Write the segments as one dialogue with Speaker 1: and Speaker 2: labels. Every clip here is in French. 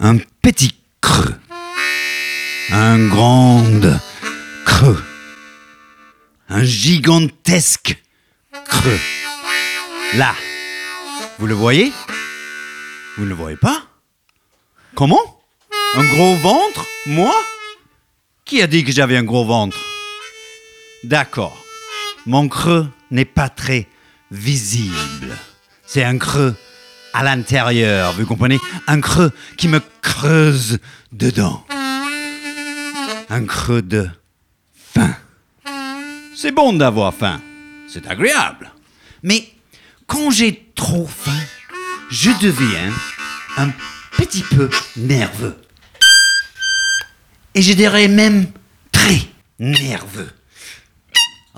Speaker 1: un petit creux, un grand creux, un gigantesque creux. Là, vous le voyez Vous ne le voyez pas Comment Un gros ventre Moi Qui a dit que j'avais un gros ventre D'accord. Mon creux n'est pas très visible. C'est un creux à l'intérieur, vous comprenez Un creux qui me creuse dedans. Un creux de faim. C'est bon d'avoir faim. C'est agréable. Mais quand j'ai trop faim, je deviens un petit peu nerveux. Et je dirais même très nerveux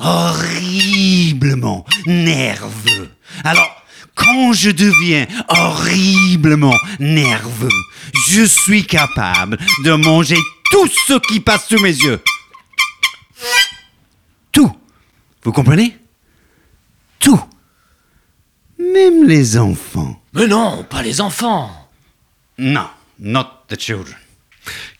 Speaker 1: horriblement nerveux. Alors, quand je deviens horriblement nerveux, je suis capable de manger tout ce qui passe sous mes yeux. Tout. Vous comprenez Tout. Même les enfants.
Speaker 2: Mais non, pas les enfants
Speaker 1: Non, not the children.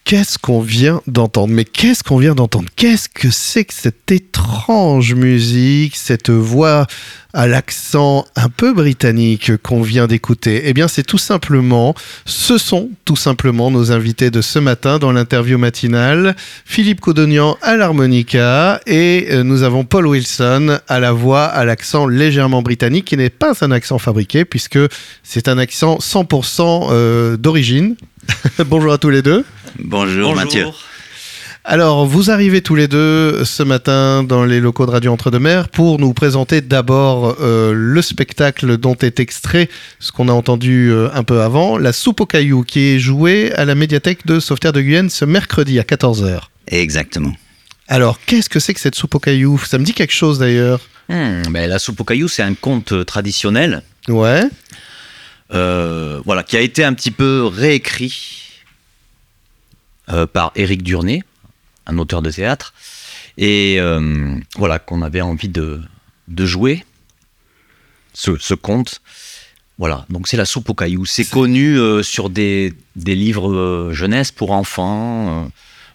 Speaker 3: Qu'est-ce qu'on vient d'entendre Mais qu'est-ce qu'on vient d'entendre Qu'est-ce que c'est que cette étrange musique, cette voix à l'accent un peu britannique qu'on vient d'écouter Eh bien, c'est tout simplement, ce sont tout simplement nos invités de ce matin dans l'interview matinale. Philippe Codognan à l'harmonica et euh, nous avons Paul Wilson à la voix, à l'accent légèrement britannique qui n'est pas un accent fabriqué puisque c'est un accent 100% euh, d'origine. Bonjour à tous les deux.
Speaker 4: Bonjour, Mathieu.
Speaker 3: Alors, vous arrivez tous les deux ce matin dans les locaux de Radio Entre-deux-Mers pour nous présenter d'abord euh, le spectacle dont est extrait ce qu'on a entendu euh, un peu avant, La soupe aux cailloux, qui est jouée à la médiathèque de Sauveterre de Guyenne ce mercredi à 14h.
Speaker 4: Exactement.
Speaker 3: Alors, qu'est-ce que c'est que cette soupe aux cailloux Ça me dit quelque chose d'ailleurs.
Speaker 4: Hmm, ben, la soupe aux cailloux, c'est un conte euh, traditionnel,
Speaker 3: Ouais.
Speaker 4: euh, voilà, qui a été un petit peu réécrit euh, par Éric Durné, un auteur de théâtre, et euh, voilà qu'on avait envie de, de jouer ce, ce conte. Voilà, donc c'est la soupe aux cailloux. C'est connu euh, sur des, des livres euh, jeunesse pour enfants, euh,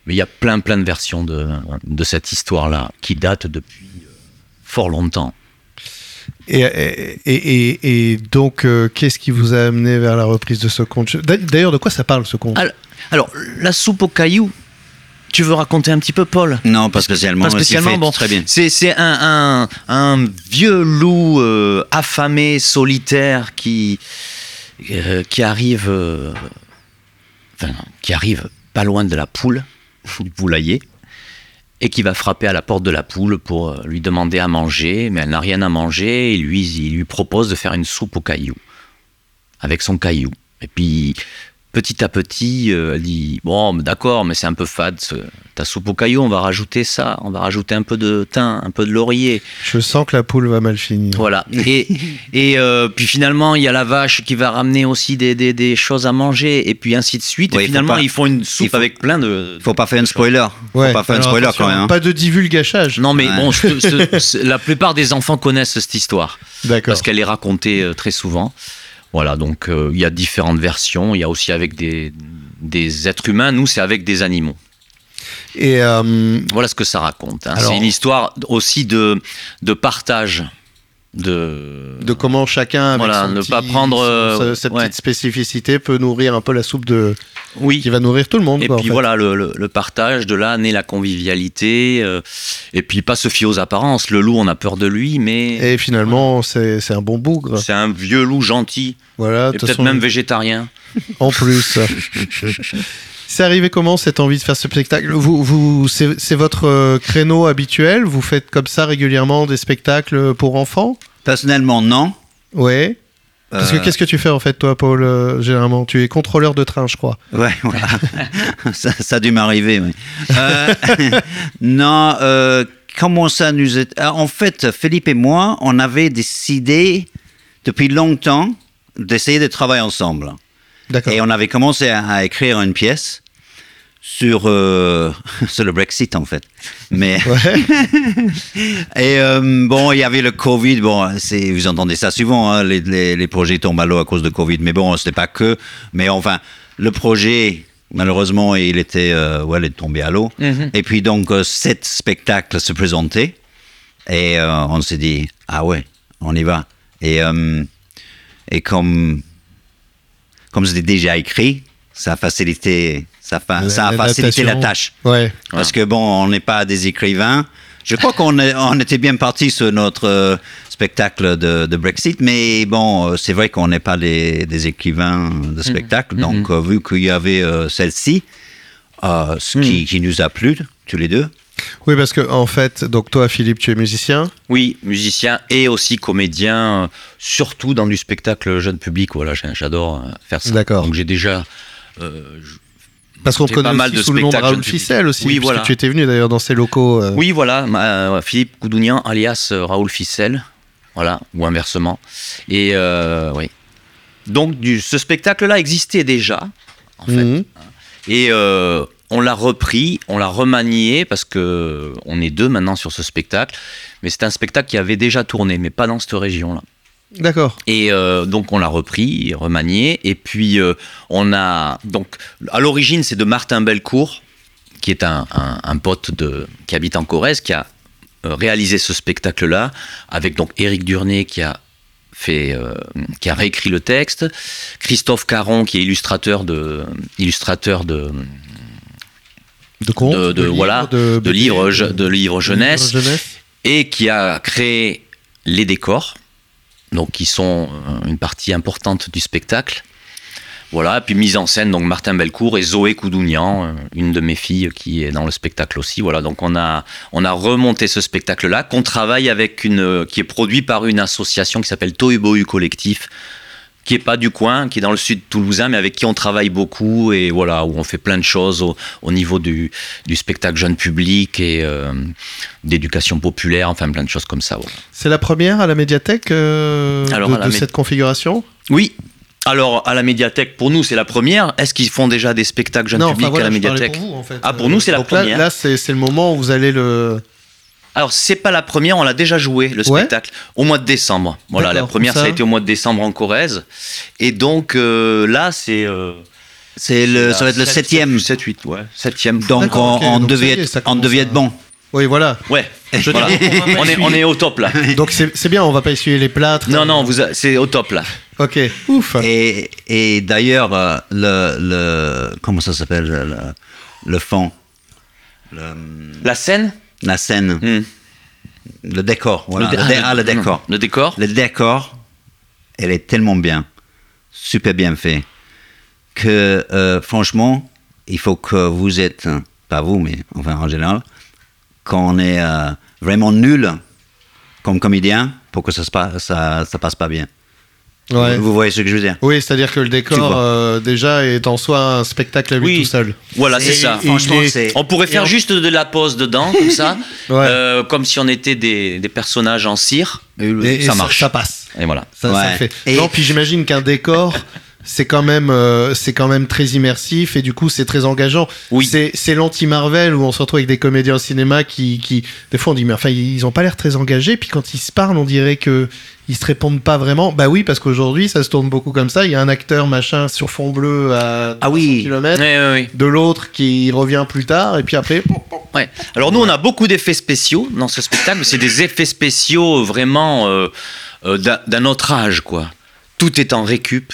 Speaker 4: mais il y a plein plein de versions de, de cette histoire-là qui date depuis euh, fort longtemps.
Speaker 3: Et, et, et- et donc, euh, qu'est-ce qui vous a amené vers la reprise de ce conte D'ailleurs, de quoi ça parle ce conte
Speaker 4: Al- Alors, la soupe aux cailloux, tu veux raconter un petit peu, Paul
Speaker 1: Non, pas spécialement.
Speaker 4: Pas spécialement, bon.
Speaker 1: Très bien.
Speaker 4: C'est, c'est un, un- un vieux loup euh, affamé, solitaire, qui, euh, qui arrive. euh, enfin, qui arrive pas loin de la poule, du poulailler, et qui va frapper à la porte de la poule pour euh, lui demander à manger, mais elle n'a rien à manger, et lui, il lui propose de faire une soupe aux cailloux, avec son caillou. Et puis. Petit à petit, euh, elle dit Bon, mais d'accord, mais c'est un peu fade ce- ta soupe aux cailloux, on va rajouter ça, on va rajouter un peu de thym, un peu de laurier.
Speaker 3: Je sens que la poule va mal finir.
Speaker 4: Voilà. Et, et euh, puis finalement, il y a la vache qui va ramener aussi des, des, des choses à manger, et puis ainsi de suite.
Speaker 1: Oui,
Speaker 4: et
Speaker 1: faut
Speaker 4: finalement,
Speaker 1: pas-
Speaker 4: ils font une soupe
Speaker 1: il faut-
Speaker 4: avec plein de.
Speaker 1: Faut pas faire un spoiler.
Speaker 3: Ouais.
Speaker 1: Faut pas faire un
Speaker 3: Alors,
Speaker 1: spoiler
Speaker 3: attention,
Speaker 1: quand même. hein.
Speaker 3: Pas de divulgachage.
Speaker 4: Non, mais
Speaker 1: Ouais.
Speaker 4: bon, je- ce- ce- la plupart des enfants connaissent cette histoire,
Speaker 3: D'accord.
Speaker 4: parce qu'elle est racontée euh, très souvent. Voilà, donc euh, il y a différentes versions, il y a aussi avec des, des êtres humains, nous c'est avec des animaux.
Speaker 3: Et euh,
Speaker 4: Voilà ce que ça raconte. hein.
Speaker 3: Alors-
Speaker 4: C'est une histoire aussi de, de partage. De,
Speaker 3: de comment chacun, avec
Speaker 4: Voilà,
Speaker 3: son
Speaker 4: ne
Speaker 3: petit-
Speaker 4: pas prendre,
Speaker 3: son-
Speaker 4: euh,
Speaker 3: sa, sa
Speaker 4: ouais.
Speaker 3: petite spécificité, peut nourrir un peu la soupe de
Speaker 4: Oui.
Speaker 3: qui va nourrir tout le monde.
Speaker 4: Et
Speaker 3: quoi, en
Speaker 4: puis
Speaker 3: fait.
Speaker 4: voilà, le, le- le partage, de là naît la convivialité. euh, et puis pas se fier aux apparences. Le loup, on a peur de lui, mais
Speaker 3: Et finalement, c'est c'est un bon bougre.
Speaker 4: c'est un vieux loup gentil.
Speaker 3: Voilà, de
Speaker 4: et
Speaker 3: toute
Speaker 4: peut-être
Speaker 3: façon,
Speaker 4: même végétarien.
Speaker 3: en plus. c'est arrivé comment cette envie de faire ce spectacle Vous, vous c'est c'est votre euh, créneau habituel Vous faites comme ça régulièrement des spectacles pour enfants
Speaker 1: Personnellement, non.
Speaker 3: Ouais. Parce que
Speaker 1: Euh,
Speaker 3: qu'est-ce que tu fais en fait, toi, Paul euh, Généralement, tu es contrôleur de train, je crois.
Speaker 1: Ouais, voilà. ça, ça a dû m'arriver. oui. Euh, non, euh, comment ça nous est... Ah, En fait, Philippe et moi, on avait décidé depuis longtemps d'essayer de travailler ensemble.
Speaker 3: D'accord.
Speaker 1: Et on avait commencé à, à écrire une pièce sur, euh, sur le Brexit, en fait. Mais...
Speaker 3: Ouais.
Speaker 1: Et euh, bon, il y avait le Covid. Bon, c'est, vous entendez ça souvent, hein, les, les- les projets tombent à l'eau à cause de Covid. Mais bon, c'était pas que. Mais enfin, le projet, malheureusement, il était, euh, ouais, il est tombé à l'eau.
Speaker 5: Mhm.
Speaker 1: Et puis donc, euh, sept spectacles se présentaient. Et euh, on s'est dit, ah ouais, on y va. Et, euh, et comme, comme c'était déjà écrit, ça a facilité, ça, fa- ça a facilité la
Speaker 3: L'adaptation.
Speaker 1: tâche.
Speaker 3: Ouais.
Speaker 1: Parce que bon, on n'est pas des écrivains. Je crois qu'on est- on était bien parti sur notre euh, spectacle de, de Brexit, mais bon, euh, c'est vrai qu'on n'est pas des, des écrivains de spectacle. Donc, euh, vu qu'il y avait euh, celle-ci, euh, ce qui, qui nous a plu, tous les deux.
Speaker 3: Oui, parce que en fait, donc toi, Philippe, tu es musicien.
Speaker 4: Oui, musicien et aussi comédien, euh, surtout dans du spectacle jeune public. Voilà, j'a- j'adore euh, faire ça.
Speaker 3: D'accord.
Speaker 4: Donc j'ai déjà. euh, je-
Speaker 3: Parce qu'on te
Speaker 4: J'ai pas
Speaker 3: connaît
Speaker 4: mal
Speaker 3: aussi
Speaker 4: de
Speaker 3: sous le nom de
Speaker 4: spectacles
Speaker 3: Raoul
Speaker 4: jeune public.
Speaker 3: Ficelle aussi.
Speaker 4: Oui,
Speaker 3: puisque
Speaker 4: voilà.
Speaker 3: Tu étais venu d'ailleurs dans ces locaux. euh,
Speaker 4: Oui, voilà, ma- euh, Philippe Goudounian, alias euh, Raoul Ficelle. Voilà, ou inversement. Et euh, oui. Donc du- ce spectacle-là existait déjà, en fait.
Speaker 3: mhm.
Speaker 4: Et euh, on l'a repris, on l'a remanié parce que on est deux maintenant sur ce spectacle. Mais c'est un spectacle qui avait déjà tourné, mais pas dans cette région-là.
Speaker 3: D'accord.
Speaker 4: Et euh, donc on l'a repris, remanié. Et puis euh, on a donc à l'origine c'est de Martin Belcourt, qui est un, un- un pote de qui habite en Corrèze, qui a euh, réalisé ce spectacle-là avec donc Éric Durnay qui a fait, euh, qui a réécrit le texte, Christophe Caron qui est illustrateur de illustrateur de
Speaker 3: De contes,
Speaker 4: de- de-
Speaker 3: livres,
Speaker 4: voilà,
Speaker 3: de,
Speaker 4: de livres je- de livres jeunesse
Speaker 3: livres jeunesse.
Speaker 4: et qui a créé les décors, donc qui sont euh, une partie importante du spectacle. Voilà, puis mise en scène, donc Martin Belcourt et Zoé Koudounian, euh, une de mes filles qui est dans le spectacle aussi. Voilà, donc on a, on a remonté ce spectacle-là, qu'on travaille avec une. euh, qui est produit par une association qui s'appelle Tohubohu Collectif, qui n'est pas du coin, qui est dans le sud toulousain, mais avec qui on travaille beaucoup et voilà, où on fait plein de choses au, au niveau du, du spectacle jeune public et. euh, d'éducation populaire, enfin plein de choses comme ça. voilà.
Speaker 3: C'est la première à la médiathèque euh,
Speaker 4: Alors,
Speaker 3: de,
Speaker 4: à la
Speaker 3: de
Speaker 4: mé-
Speaker 3: cette configuration.
Speaker 4: Oui. Alors, à la médiathèque, pour nous, c'est la première. Est-ce qu'ils font déjà des spectacles jeunes
Speaker 3: non,
Speaker 4: publics
Speaker 3: enfin, voilà,
Speaker 4: à la
Speaker 3: je parlais
Speaker 4: médiathèque
Speaker 3: Pour vous, en fait.
Speaker 4: Ah, pour
Speaker 3: Euh,
Speaker 4: nous, c'est la
Speaker 3: donc là-
Speaker 4: première.
Speaker 3: Là, c'est c'est le moment où vous allez le.
Speaker 4: Alors, c'est pas la première, on l'a déjà joué, le
Speaker 3: Ouais.
Speaker 4: spectacle, au mois de décembre. Voilà, la
Speaker 3: D'accord,
Speaker 4: première,
Speaker 3: ça.
Speaker 4: ça... a été au mois de décembre en Corrèze. Et donc, euh, là, c'est. euh,
Speaker 1: C'est le,
Speaker 4: la
Speaker 1: ça va être le
Speaker 4: sept-
Speaker 1: septième.
Speaker 4: 7, 8, ouais. Septième.
Speaker 1: Donc, on,
Speaker 3: D'accord, ok,
Speaker 1: on
Speaker 3: donc ça y
Speaker 1: devait
Speaker 3: est,
Speaker 1: être,
Speaker 3: ça
Speaker 1: on
Speaker 3: commence
Speaker 1: devait
Speaker 3: à-
Speaker 1: être bon.
Speaker 3: Oui, voilà.
Speaker 4: Ouais,
Speaker 1: Je
Speaker 4: voilà.
Speaker 1: dis, on
Speaker 4: on, est, on est au top là.
Speaker 3: Donc c'est c'est bien, on va pas essuyer les plâtres.
Speaker 4: Non, non, vous a- c'est au top là.
Speaker 3: Ok. Ouf.
Speaker 1: Et, et d'ailleurs, euh, le, le- Comment ça s'appelle euh, le, le fond Le-
Speaker 4: La scène
Speaker 1: La scène.
Speaker 4: Hmm.
Speaker 1: Le décor. Voilà. Le
Speaker 4: dé-
Speaker 1: dé- ah, le décor.
Speaker 4: Le décor
Speaker 1: Le décor, elle est tellement bien, super bien fait, que euh, franchement, il faut que vous êtes, hein, pas vous, mais enfin en général, qu'on est euh, vraiment nul comme comédien pour que ça, se pa- ça, ça passe pas bien.
Speaker 3: Ouais.
Speaker 1: Vous voyez ce que je veux dire
Speaker 3: Oui, c'est-à-dire que le décor
Speaker 1: vois.
Speaker 3: euh, déjà est en soi un spectacle à lui tout seul.
Speaker 4: Voilà, c'est ça.
Speaker 1: Franchement,
Speaker 3: il est-
Speaker 1: c'est.
Speaker 4: On pourrait faire juste de la pose dedans, comme ça,
Speaker 3: Ouais.
Speaker 4: euh, comme si on était des, des personnages en cire. Et le-
Speaker 3: Et- et
Speaker 4: ça marche.
Speaker 3: Ça, passe.
Speaker 4: Et voilà.
Speaker 3: Ça, ça
Speaker 1: Ouais.
Speaker 3: fait.
Speaker 1: Et-
Speaker 3: Non, puis j'imagine qu'un décor. C'est quand même, euh, c'est quand même très immersif et du coup c'est très engageant.
Speaker 4: Oui.
Speaker 3: C'est, c'est l'anti-Marvel où on se retrouve avec des comédiens au cinéma qui, qui, des fois on dit mais enfin ils ont pas l'air très engagés. Puis quand ils se parlent, on dirait que ils se répondent pas vraiment. Bah oui, parce qu'aujourd'hui ça se tourne beaucoup comme ça. Il y a un acteur machin sur fond bleu à
Speaker 1: Ah oui,
Speaker 4: Ouais,
Speaker 3: kilomètres,
Speaker 4: ouais, ouais.
Speaker 3: de l'autre qui revient plus tard et puis après.
Speaker 4: Ouais. Alors nous, on a beaucoup d'effets spéciaux dans ce spectacle. C'est des effets spéciaux vraiment euh, euh, d'un d'un autre âge, quoi. Tout est en récup.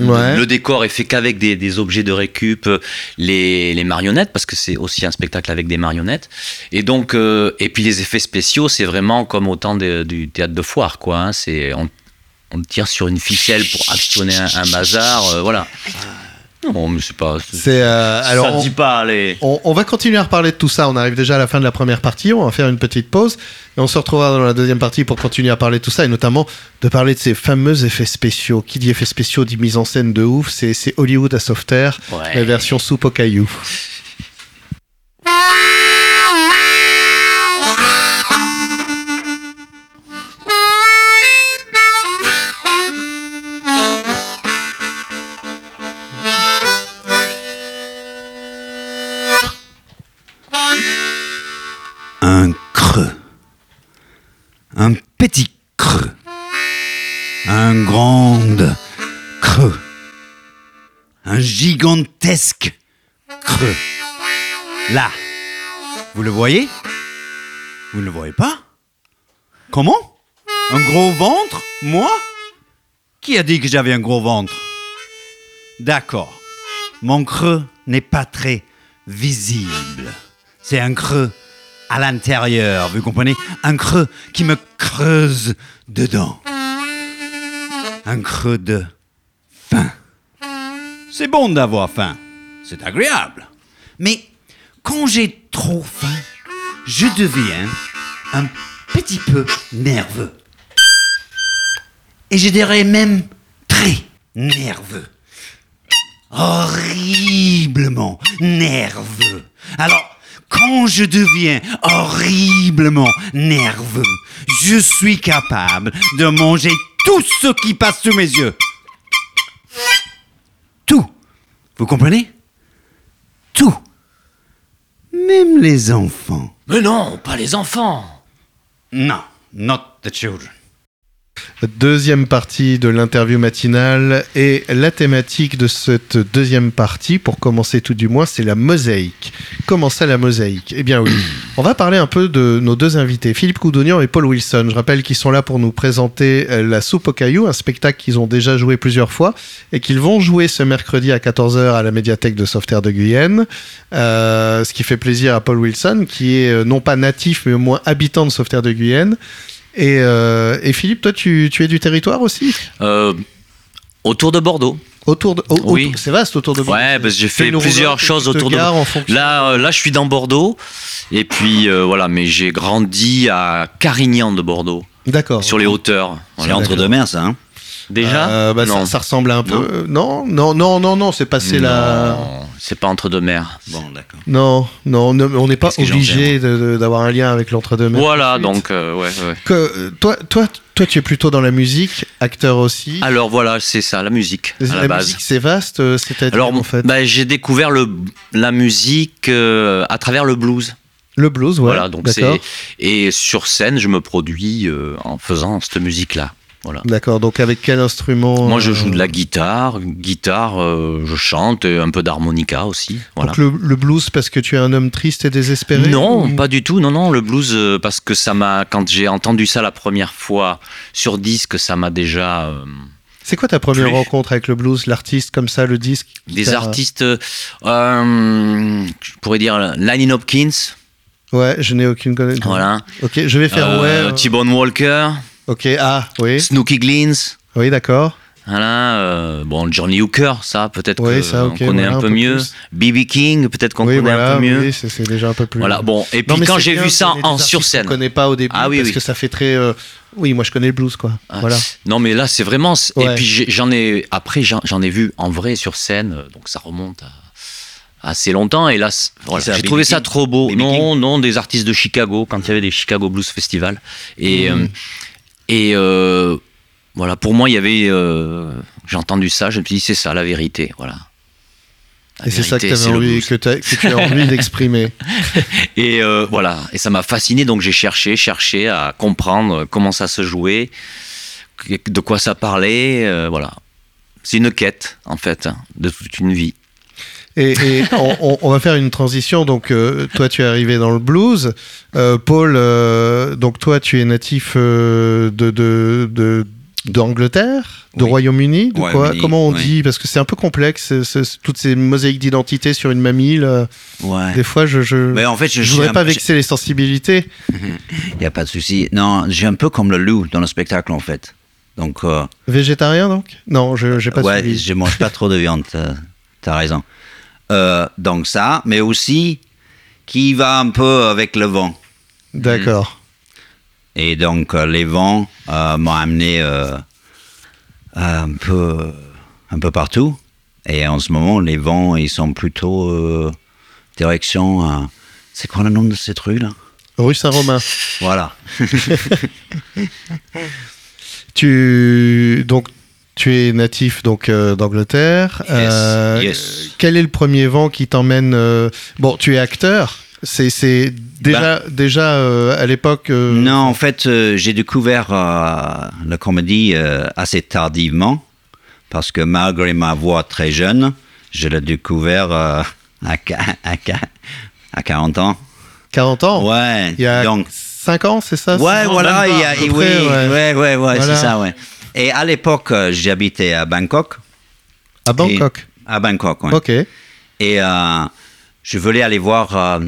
Speaker 3: Ouais.
Speaker 4: Le décor est fait qu'avec des, des objets de récup, euh, les, les marionnettes, parce que c'est aussi un spectacle avec des marionnettes. Et donc, euh, et puis les effets spéciaux, c'est vraiment comme au temps de- du théâtre de foire, quoi. hein. C'est on, on tire sur une ficelle pour actionner un, un bazar, euh, voilà. Non, mais c'est pas.
Speaker 3: Ah. C'est euh, alors
Speaker 4: ça
Speaker 3: on-
Speaker 4: dit pas les.
Speaker 3: On, on va continuer à reparler de tout ça. On arrive déjà à la fin de la première partie. On va faire une petite pause et on se retrouvera dans la deuxième partie pour continuer à parler de tout ça et notamment de parler de ces fameux effets spéciaux. Qui dit effets spéciaux dit mise en scène de ouf. C'est c'est Hollywood à Sauveterre,
Speaker 4: Ouais.
Speaker 3: la version soupe au caillou.
Speaker 6: un creux, un petit creux, un grand creux,
Speaker 1: un gigantesque creux. Là. Vous le voyez Vous ne le voyez pas Comment Un gros ventre Moi Qui a dit que j'avais un gros ventre D'accord. Mon creux n'est pas très visible. C'est un creux à l'intérieur, vous comprenez Un creux qui me creuse dedans. Un creux de faim. C'est bon d'avoir faim. C'est agréable. Mais quand j'ai trop faim, je deviens un petit peu nerveux. Et je dirais même très nerveux. Horriblement nerveux. Alors, quand je deviens horriblement nerveux, je suis capable de manger tout ce qui passe sous mes yeux. Tout. Vous comprenez Tout. Même les enfants.
Speaker 2: Mais non, pas les enfants
Speaker 1: Non, not the children.
Speaker 3: Deuxième partie de l'interview matinale et la thématique de cette deuxième partie, pour commencer tout du moins, c'est la mosaïque. Comment ça la mosaïque Eh bien oui, on va parler un peu de nos deux invités, Philippe Coudonnian et Paul Wilson. Je rappelle qu'ils sont là pour nous présenter euh, La Soupe aux Cailloux, un spectacle qu'ils ont déjà joué plusieurs fois et qu'ils vont jouer ce mercredi à 14h à la médiathèque de Sauveterre de Guyenne. Euh, ce qui fait plaisir à Paul Wilson, qui est euh, non pas natif mais au moins habitant de Sauveterre de Guyenne. Et, euh, et Philippe, toi, tu, tu es du territoire aussi
Speaker 4: Euh, autour de Bordeaux.
Speaker 3: Autour de, au-
Speaker 4: Oui.
Speaker 3: autour- c'est vaste autour de.
Speaker 4: Ouais, parce que j'ai fait
Speaker 3: Fais-nous
Speaker 4: plusieurs
Speaker 3: rouler,
Speaker 4: choses
Speaker 3: tu te
Speaker 4: autour de
Speaker 3: gares en fonction-
Speaker 4: Là, euh, là, je suis dans Bordeaux. Et puis, euh, voilà, mais j'ai grandi à Carignan de Bordeaux,
Speaker 3: D'accord.
Speaker 4: sur les hauteurs.
Speaker 1: C'est
Speaker 4: Voilà.
Speaker 1: entre deux mers, ça. hein.
Speaker 4: Déjà
Speaker 3: Euh, bah,
Speaker 4: Non.
Speaker 3: ça, ça ressemble un peu. Euh, Non, non, non, non, non. C'est passé la.
Speaker 4: Non, C'est pas entre deux mers.
Speaker 1: Bon, d'accord.
Speaker 3: Non, non, ne- on n'est pas
Speaker 4: Qu'est-ce que j'en
Speaker 3: obligé de- de- d'avoir un lien avec l'entre-deux-mers.
Speaker 4: Voilà,
Speaker 3: tout de suite.
Speaker 4: donc, euh, ouais, ouais.
Speaker 3: Que, euh, toi, toi, toi, tu es plutôt dans la musique, acteur aussi.
Speaker 4: Alors voilà, c'est ça, la musique, à la,
Speaker 3: la
Speaker 4: base.
Speaker 3: musique, c'est vaste. euh, C'est-à-dire
Speaker 4: Alors,
Speaker 3: en fait,
Speaker 4: bah, j'ai découvert le, la musique euh, à travers le blues.
Speaker 3: le blues, ouais,
Speaker 4: Voilà, donc
Speaker 3: d'accord.
Speaker 4: c'est et sur scène, je me produis euh, en faisant cette musique-là. Voilà.
Speaker 3: D'accord. Donc avec quel instrument
Speaker 4: Moi, je joue de
Speaker 3: euh,
Speaker 4: la guitare, guitare, euh, je chante et un peu d'harmonica aussi. Voilà.
Speaker 3: Donc le, le blues parce que tu es un homme triste et désespéré
Speaker 4: Non,
Speaker 3: ou-
Speaker 4: pas du tout. Non, non, le blues euh, parce que ça m'a quand j'ai entendu ça la première fois sur disque, ça m'a déjà euh,
Speaker 3: C'est quoi ta première
Speaker 4: Plus.
Speaker 3: rencontre avec le blues, l'artiste comme ça, le disque
Speaker 4: des
Speaker 3: Ça-
Speaker 4: artistes, euh, euh, je pourrais dire Lanny Hopkins,
Speaker 3: Ouais, je n'ai aucune connaissance.
Speaker 4: voilà,
Speaker 3: Ok, je vais faire
Speaker 4: Euh,
Speaker 3: ouais. Mhm. euh,
Speaker 4: T-Bone Walker,
Speaker 3: Ok, ah oui,
Speaker 4: Snooki Glynns.
Speaker 3: oui d'accord.
Speaker 4: Voilà, euh, bon, Johnny Hooker, ça, peut-être
Speaker 3: Oui,
Speaker 4: que
Speaker 3: ça,
Speaker 4: on
Speaker 3: ok,
Speaker 4: connaît
Speaker 3: voilà,
Speaker 4: un peu, mieux.
Speaker 3: plus.
Speaker 4: B.B. King, peut-être qu'on
Speaker 3: oui,
Speaker 4: connaît
Speaker 3: voilà,
Speaker 4: un peu mieux.
Speaker 3: oui, c'est c'est déjà un peu plus.
Speaker 4: Voilà, bon, et
Speaker 3: Non,
Speaker 4: puis
Speaker 3: mais
Speaker 4: quand
Speaker 3: c'est
Speaker 4: j'ai
Speaker 3: bien
Speaker 4: vu
Speaker 3: que
Speaker 4: ça
Speaker 3: des
Speaker 4: en
Speaker 3: artistes
Speaker 4: sur
Speaker 3: qu'on
Speaker 4: scène.
Speaker 3: connaît pas au début
Speaker 4: Ah oui,
Speaker 3: parce
Speaker 4: oui.
Speaker 3: que ça fait très. euh, Oui, moi je connais le blues quoi.
Speaker 4: Ah,
Speaker 3: Voilà.
Speaker 4: Non, mais là, c'est vraiment. c'est-
Speaker 3: Ouais.
Speaker 4: Et puis j'ai- j'en ai. Après, j'en j'en ai vu en vrai sur scène, euh, donc ça remonte à assez longtemps. Et là, c'est- voilà,
Speaker 1: ça,
Speaker 4: j'ai
Speaker 1: B.B.
Speaker 4: trouvé ça
Speaker 1: King
Speaker 4: trop beau.
Speaker 1: B.B.
Speaker 4: Non, non, des artistes de Chicago, quand il y avait des Chicago Blues Festival. Et.
Speaker 3: Mhm.
Speaker 4: euh, et euh, voilà, pour moi, il y avait. euh, j'ai entendu ça, je me suis dit, c'est ça, la vérité. Voilà. La
Speaker 3: Et c'est ça que,
Speaker 4: vérité,
Speaker 3: t'avais
Speaker 4: c'est le
Speaker 3: envie,
Speaker 4: blues.
Speaker 3: que, t'as- que tu as envie d'exprimer.
Speaker 4: Et euh, voilà, et ça m'a fasciné, donc j'ai cherché, cherché à comprendre comment ça se jouait, que- de quoi ça parlait, euh, voilà. C'est une quête, en fait, hein, de toute une vie.
Speaker 3: Et, et on, on- on va faire une transition. Donc, euh, toi, tu es arrivé dans le blues. Euh, Paul, euh, donc toi, tu es natif euh, de, de, de- d'Angleterre, de
Speaker 1: Oui.
Speaker 3: Royaume-Uni, de quoi
Speaker 1: Royaume-Uni,
Speaker 3: Comment on
Speaker 1: oui.
Speaker 3: dit Parce que c'est un peu complexe, ce- ce- toutes ces mosaïques d'identité sur une mamie. là.
Speaker 1: Ouais.
Speaker 3: Des fois, je je,
Speaker 1: Mais en fait, je,
Speaker 3: je
Speaker 1: suis
Speaker 3: voudrais
Speaker 1: un-
Speaker 3: pas
Speaker 1: je-
Speaker 3: vexer les sensibilités.
Speaker 1: Il n'y a pas de souci. Non, j'ai un peu comme le loup dans le spectacle, en fait. Donc, euh,
Speaker 3: Végétarien, donc Non, je j'ai pas
Speaker 1: ouais,
Speaker 3: suivi.
Speaker 1: je mange pas trop de viande. t'as- T'as raison. Euh, donc ça, mais aussi qui va un peu avec le vent.
Speaker 3: D'accord.
Speaker 1: Et donc euh, les vents euh, m'ont amené euh, un peu un peu partout. Et en ce moment, les vents, ils sont plutôt euh, direction. à- C'est quoi le nom de cette rue là
Speaker 3: Rue Saint-Romain.
Speaker 1: Voilà.
Speaker 3: Tu donc tu es natif donc euh, d'Angleterre. Euh,
Speaker 1: Yes, yes.
Speaker 3: Quel est le premier vent qui t'emmène euh, Bon, tu es acteur. C'est c'est déjà déjà euh, à l'époque. euh,
Speaker 1: Bah. Non, en fait, euh, j'ai découvert euh, la comédie euh, assez tardivement parce que malgré ma voix très jeune, Je l'ai découvert euh, à, qua- à qua- à 40 ans.
Speaker 3: 40 ans
Speaker 1: Ouais,
Speaker 3: Oh, Il y a
Speaker 1: donc.
Speaker 3: 5 ans, c'est ça
Speaker 1: Ouais,
Speaker 3: c'est-
Speaker 1: voilà,
Speaker 3: même pas,
Speaker 1: il y a,
Speaker 3: à peu
Speaker 1: oui,
Speaker 3: près, ouais.
Speaker 1: ouais, ouais, ouais,
Speaker 3: Voilà.
Speaker 1: c'est ça, ouais. Et à l'époque, euh, j'habitais à Bangkok.
Speaker 3: À Bangkok.
Speaker 1: Et- à Bangkok, ouais.
Speaker 3: Ok.
Speaker 1: Et euh, je voulais aller voir euh,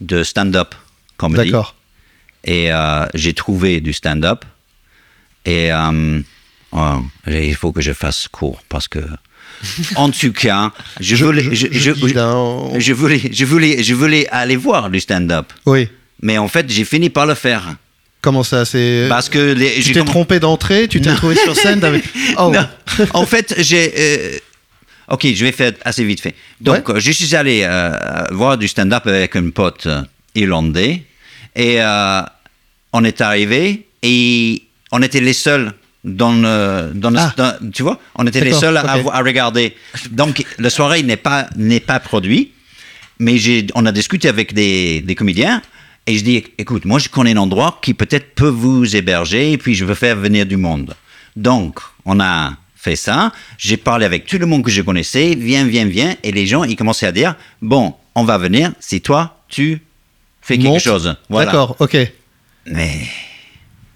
Speaker 1: de stand-up comedy.
Speaker 3: D'accord.
Speaker 1: Et euh, j'ai trouvé du stand-up. Et euh, euh, il faut que je fasse court parce que. en tout cas, je, voulais, je, je-
Speaker 3: je dis, là, on-
Speaker 1: je voulais, je voulais, je voulais aller voir du stand-up.
Speaker 3: Oui.
Speaker 1: Mais en fait, j'ai fini par le faire.
Speaker 3: Comment ça C'est.
Speaker 1: Parce que les,
Speaker 3: Euh, tu
Speaker 1: Bah, j'ai
Speaker 3: t'es
Speaker 1: comm-
Speaker 3: trompé d'entrée, tu t'es trouvé sur scène. t'avais- Oh.
Speaker 1: Non. en fait, j'ai. euh, Ok, je vais faire assez vite fait. Donc, euh, je suis allé euh, voir du stand-up avec un pote euh, irlandais et euh, on est arrivé et on était les seuls dans le, dans le-
Speaker 3: Ah.
Speaker 1: dans- tu vois, on était les
Speaker 3: D'accord,
Speaker 1: seuls à,
Speaker 3: ok.
Speaker 1: vo- à regarder. Donc, la soirée n'est pas n'est pas produit, mais j'ai, on a discuté avec des, des comédiens. Et je dis, écoute, moi je connais un endroit qui peut-être peut vous héberger, et puis je veux faire venir du monde. Donc, on a fait ça. J'ai parlé avec tout le monde que je connaissais. Viens, viens, viens. Et les gens, ils commençaient à dire, bon, on va venir si toi, tu fais quelque
Speaker 3: Monte.
Speaker 1: chose. Voilà.
Speaker 3: D'accord, ok.
Speaker 1: Mais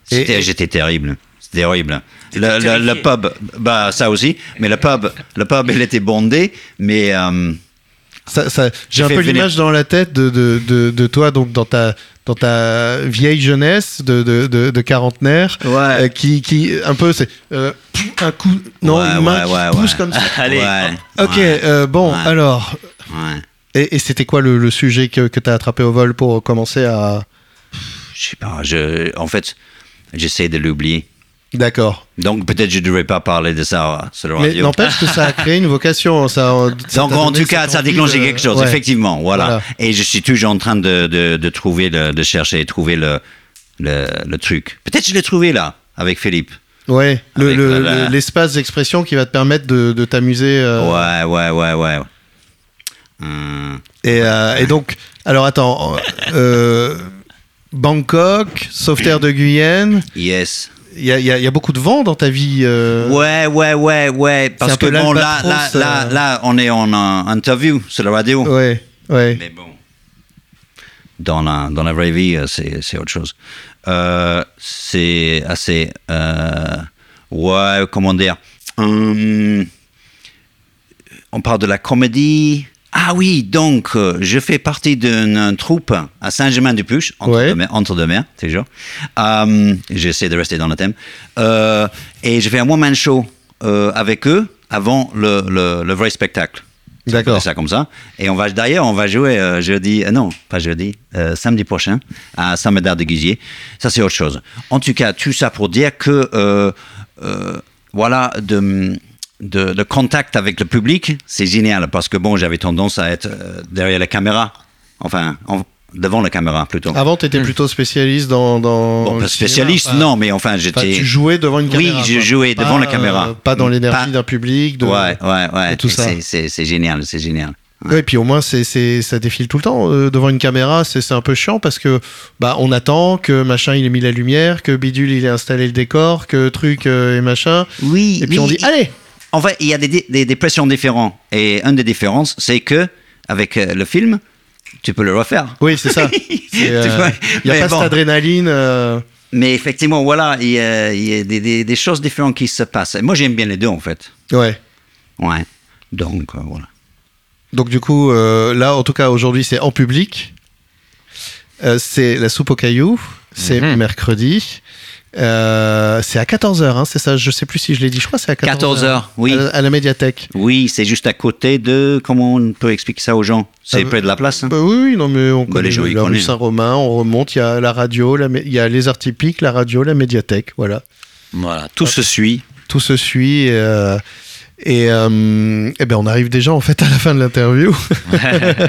Speaker 1: c'était-
Speaker 3: et-
Speaker 1: j'étais terrible. C'était horrible. Le, le-
Speaker 2: terrifié.
Speaker 1: le pub, bah ça aussi, mais le pub, le pub, il était bondé, mais euh,
Speaker 3: Ça, ça- J'ai
Speaker 1: Je
Speaker 3: un
Speaker 1: fais
Speaker 3: peu
Speaker 1: venir.
Speaker 3: l'image dans la tête de, de, de, de toi, donc dans ta, dans ta vieille jeunesse de, de, de, de quarantenaire,
Speaker 1: Ouais.
Speaker 3: euh, qui, qui un peu c'est euh, pff, un coup, non,
Speaker 1: Ouais,
Speaker 3: une main
Speaker 1: ouais,
Speaker 3: qui
Speaker 1: ouais,
Speaker 3: pousse
Speaker 1: ouais.
Speaker 3: comme ça.
Speaker 1: Allez. Ouais.
Speaker 3: ok,
Speaker 1: Ouais.
Speaker 3: euh, bon,
Speaker 1: Ouais.
Speaker 3: alors,
Speaker 1: ouais.
Speaker 3: et, et c'était quoi le, le sujet que, que tu as attrapé au vol pour commencer à.
Speaker 1: je sais pas. Je, en fait, j'essaie de l'oublier.
Speaker 3: D'accord.
Speaker 1: Donc peut-être je devrais pas parler de ça euh, sur le
Speaker 3: Mais
Speaker 1: radio.
Speaker 3: n'empêche que ça a créé une vocation. hein, Ça, ça
Speaker 1: Donc
Speaker 3: t'a
Speaker 1: en
Speaker 3: donné
Speaker 1: tout
Speaker 3: cette
Speaker 1: cas, ça a
Speaker 3: envie
Speaker 1: déclenché
Speaker 3: de-
Speaker 1: quelque chose,
Speaker 3: ouais.
Speaker 1: effectivement. Voilà.
Speaker 3: Voilà.
Speaker 1: Et je suis toujours en train de, de, de trouver, le- de chercher et trouver le, le, le truc. Peut-être je l'ai trouvé là, avec Philippe.
Speaker 3: Ouais, le-
Speaker 1: Avec
Speaker 3: le-
Speaker 1: la-
Speaker 3: le- l'espace d'expression qui va te permettre de, de t'amuser. euh,
Speaker 1: Ouais, ouais, ouais, ouais. Hum.
Speaker 3: Et, euh, et donc, alors attends, euh, Bangkok, sauveterre de Guyenne,
Speaker 1: Yes.
Speaker 3: il y a, il y a- il y a beaucoup de vent dans ta vie. euh,
Speaker 1: Ouais, ouais, ouais, ouais. Parce
Speaker 3: un
Speaker 1: que
Speaker 3: peu
Speaker 1: bon, là, là,
Speaker 3: l'albatros,
Speaker 1: là,
Speaker 3: euh.
Speaker 1: là, on est en euh, interview sur la radio.
Speaker 3: ouais, ouais.
Speaker 1: Mais bon. Dans la, dans la vraie vie, euh, c'est, c'est autre chose. Euh, c'est assez. euh, ouais, comment dire Hum, On parle de la comédie. Ah oui, donc, euh, je fais partie d'une euh, troupe à Saint-Germain-du-Puche, entre,
Speaker 3: Ouais.
Speaker 1: deux mers- entre deux mers, toujours. Hum, j'essaie de rester dans le thème. Euh, et je fais un one-man show euh, avec eux avant le- le- le vrai spectacle.
Speaker 3: D'accord.
Speaker 1: On fait ça comme ça. Et on va d'ailleurs, on va jouer euh, jeudi, euh, non, pas jeudi, euh, samedi prochain à Saint-Médard de Guizier. Ça, c'est autre chose. En tout cas, tout ça pour dire que, euh, euh, voilà, de, de, de contact avec le public, c'est génial parce que, bon, j'avais tendance à être euh, derrière la caméra, enfin, en- devant la caméra plutôt.
Speaker 3: Avant, tu étais plutôt spécialiste dans. dans
Speaker 1: Hmm. Bon,
Speaker 3: le
Speaker 1: pas spécialiste,
Speaker 3: Ah, cinéma,
Speaker 1: non, mais enfin,
Speaker 3: pas-
Speaker 1: j'étais.
Speaker 3: pas- tu jouais devant une
Speaker 1: Oui,
Speaker 3: caméra.
Speaker 1: je
Speaker 3: quoi.
Speaker 1: jouais
Speaker 3: Pas,
Speaker 1: devant la
Speaker 3: euh,
Speaker 1: caméra. Hmm.
Speaker 3: pas dans
Speaker 1: Pas-
Speaker 3: l'énergie d'un public. De...
Speaker 1: Ouais, ouais, ouais.
Speaker 3: de tout
Speaker 1: Et
Speaker 3: ça.
Speaker 1: c'est- C'est c'est génial, c'est génial.
Speaker 3: Ouais, et puis au moins, c'est, c'est- ça défile tout le temps euh, devant une caméra. C'est, c'est un peu chiant parce que bah, on attend que machin il ait mis la lumière, que bidule il ait installé le décor, que truc euh, et machin.
Speaker 1: Oui,
Speaker 3: Et puis on
Speaker 1: oui,
Speaker 3: dit allez.
Speaker 1: En fait, il y a des, des, des pressions différentes. Et une des différences, c'est que, avec euh, le film, tu peux le refaire.
Speaker 3: Oui, c'est ça. Il
Speaker 1: Tu vois,
Speaker 3: n'y a
Speaker 1: mais
Speaker 3: pas
Speaker 1: bon.
Speaker 3: cette adrénaline. euh,
Speaker 1: Mais effectivement, voilà, il y a, il y a des, des, des choses différentes qui se passent. Et moi, j'aime bien les deux, en fait.
Speaker 3: Ouais.
Speaker 1: Ouais. Donc, euh, voilà.
Speaker 3: Donc du coup, euh, là, en tout cas, aujourd'hui, c'est en public. Euh, c'est la soupe aux cailloux. C'est
Speaker 4: Mhm.
Speaker 3: mercredi. Euh, c'est à 14h, hein, c'est ça Je sais plus si je l'ai dit, je crois que c'est à 14h.
Speaker 1: 14h, oui.
Speaker 3: À, la- à la médiathèque.
Speaker 1: Oui, c'est juste à côté de. Comment on peut expliquer ça aux gens C'est
Speaker 3: Euh,
Speaker 1: près de la place hein?
Speaker 3: Bah oui, oui, non, mais on
Speaker 1: Bah,
Speaker 3: connaît
Speaker 1: les gens, ils
Speaker 3: la rue
Speaker 1: connaissent.
Speaker 3: Saint-Romain, on remonte, il y a la radio, la mé- il y a les arts typiques, la radio, la médiathèque, voilà.
Speaker 4: Voilà, tout se suit.
Speaker 3: Tout se suit. Et, euh, et, euh, eh ben, on arrive déjà en fait à la fin de l'interview.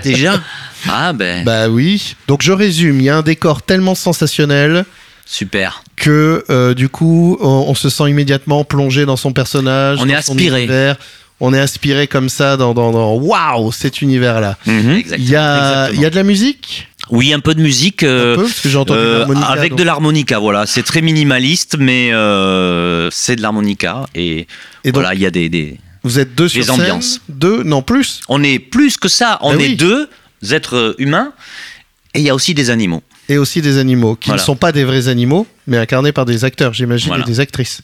Speaker 4: Déjà Ah ben,
Speaker 3: Bah oui. Donc je résume, il y a un décor tellement sensationnel
Speaker 4: super.
Speaker 3: que euh, du coup, on, on se sent immédiatement plongé dans son personnage.
Speaker 4: On est
Speaker 3: dans son
Speaker 4: aspiré.
Speaker 3: univers. On est aspiré comme ça dans, dans, dans waouh, cet univers-là. Mhm. Il
Speaker 4: Exactement.
Speaker 3: y, a,
Speaker 4: Exactement.
Speaker 3: il y a de la musique
Speaker 4: Oui, un peu de musique.
Speaker 3: un
Speaker 4: euh,
Speaker 3: peu, parce que j'ai entendu
Speaker 4: euh,
Speaker 3: l'harmonica,
Speaker 4: avec
Speaker 3: donc.
Speaker 4: de l'harmonica, voilà. C'est très minimaliste, mais euh, c'est de l'harmonica. Et,
Speaker 3: Et donc-
Speaker 4: voilà, il y a des, des,
Speaker 3: Vous êtes deux sur
Speaker 4: Les
Speaker 3: scène,
Speaker 4: ambiances.
Speaker 3: Deux, non plus.
Speaker 4: On est plus que ça, on
Speaker 3: Ben
Speaker 4: est
Speaker 3: oui.
Speaker 4: deux êtres humains et il y a aussi des animaux.
Speaker 3: Et aussi des animaux, qui
Speaker 4: Voilà.
Speaker 3: ne sont pas des vrais animaux, mais incarnés par des acteurs, j'imagine,
Speaker 4: Voilà.
Speaker 3: et des actrices.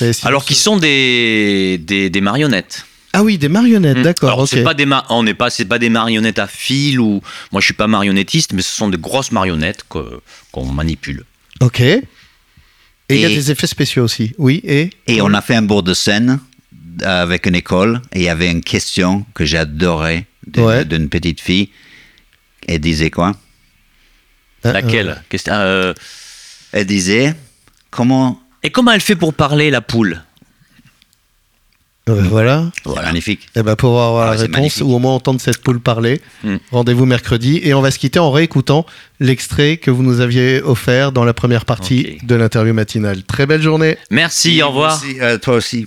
Speaker 3: Et si-
Speaker 4: Alors qu'ils sont des, des, des marionnettes.
Speaker 3: Ah oui, des marionnettes,
Speaker 4: Mm.
Speaker 3: d'accord,
Speaker 4: Alors,
Speaker 3: ok.
Speaker 4: c'est pas des ma- on n'est pas, c'est pas des marionnettes à fil ou moi je suis pas marionnettiste, mais ce sont des grosses marionnettes que- qu'on manipule.
Speaker 3: Ok. Et il y a
Speaker 1: Et-
Speaker 3: des effets spéciaux aussi. Oui, et
Speaker 1: Et on a fait un bord de scène euh, avec une école et il y avait une question que j'adorais de-
Speaker 3: Ouais.
Speaker 1: d'une petite fille. Elle disait quoi
Speaker 3: Ah,
Speaker 4: Laquelle Qu'est-ce- ah, euh,
Speaker 1: Elle disait comment.
Speaker 4: Et comment elle fait pour parler la poule
Speaker 3: euh, voilà.
Speaker 1: C'est magnifique.
Speaker 3: Eh ben, pour
Speaker 1: Ah
Speaker 3: avoir
Speaker 1: ouais,
Speaker 3: la
Speaker 1: c'est
Speaker 3: réponse
Speaker 1: magnifique. Hmm.
Speaker 3: ou au moins entendre cette poule parler,
Speaker 4: Mm.
Speaker 3: rendez-vous mercredi et on va se quitter en réécoutant l'extrait que vous nous aviez offert dans la première partie
Speaker 4: Ok.
Speaker 3: de l'interview matinale. Très belle journée.
Speaker 4: Merci, au revoir.
Speaker 1: Merci, euh, toi aussi.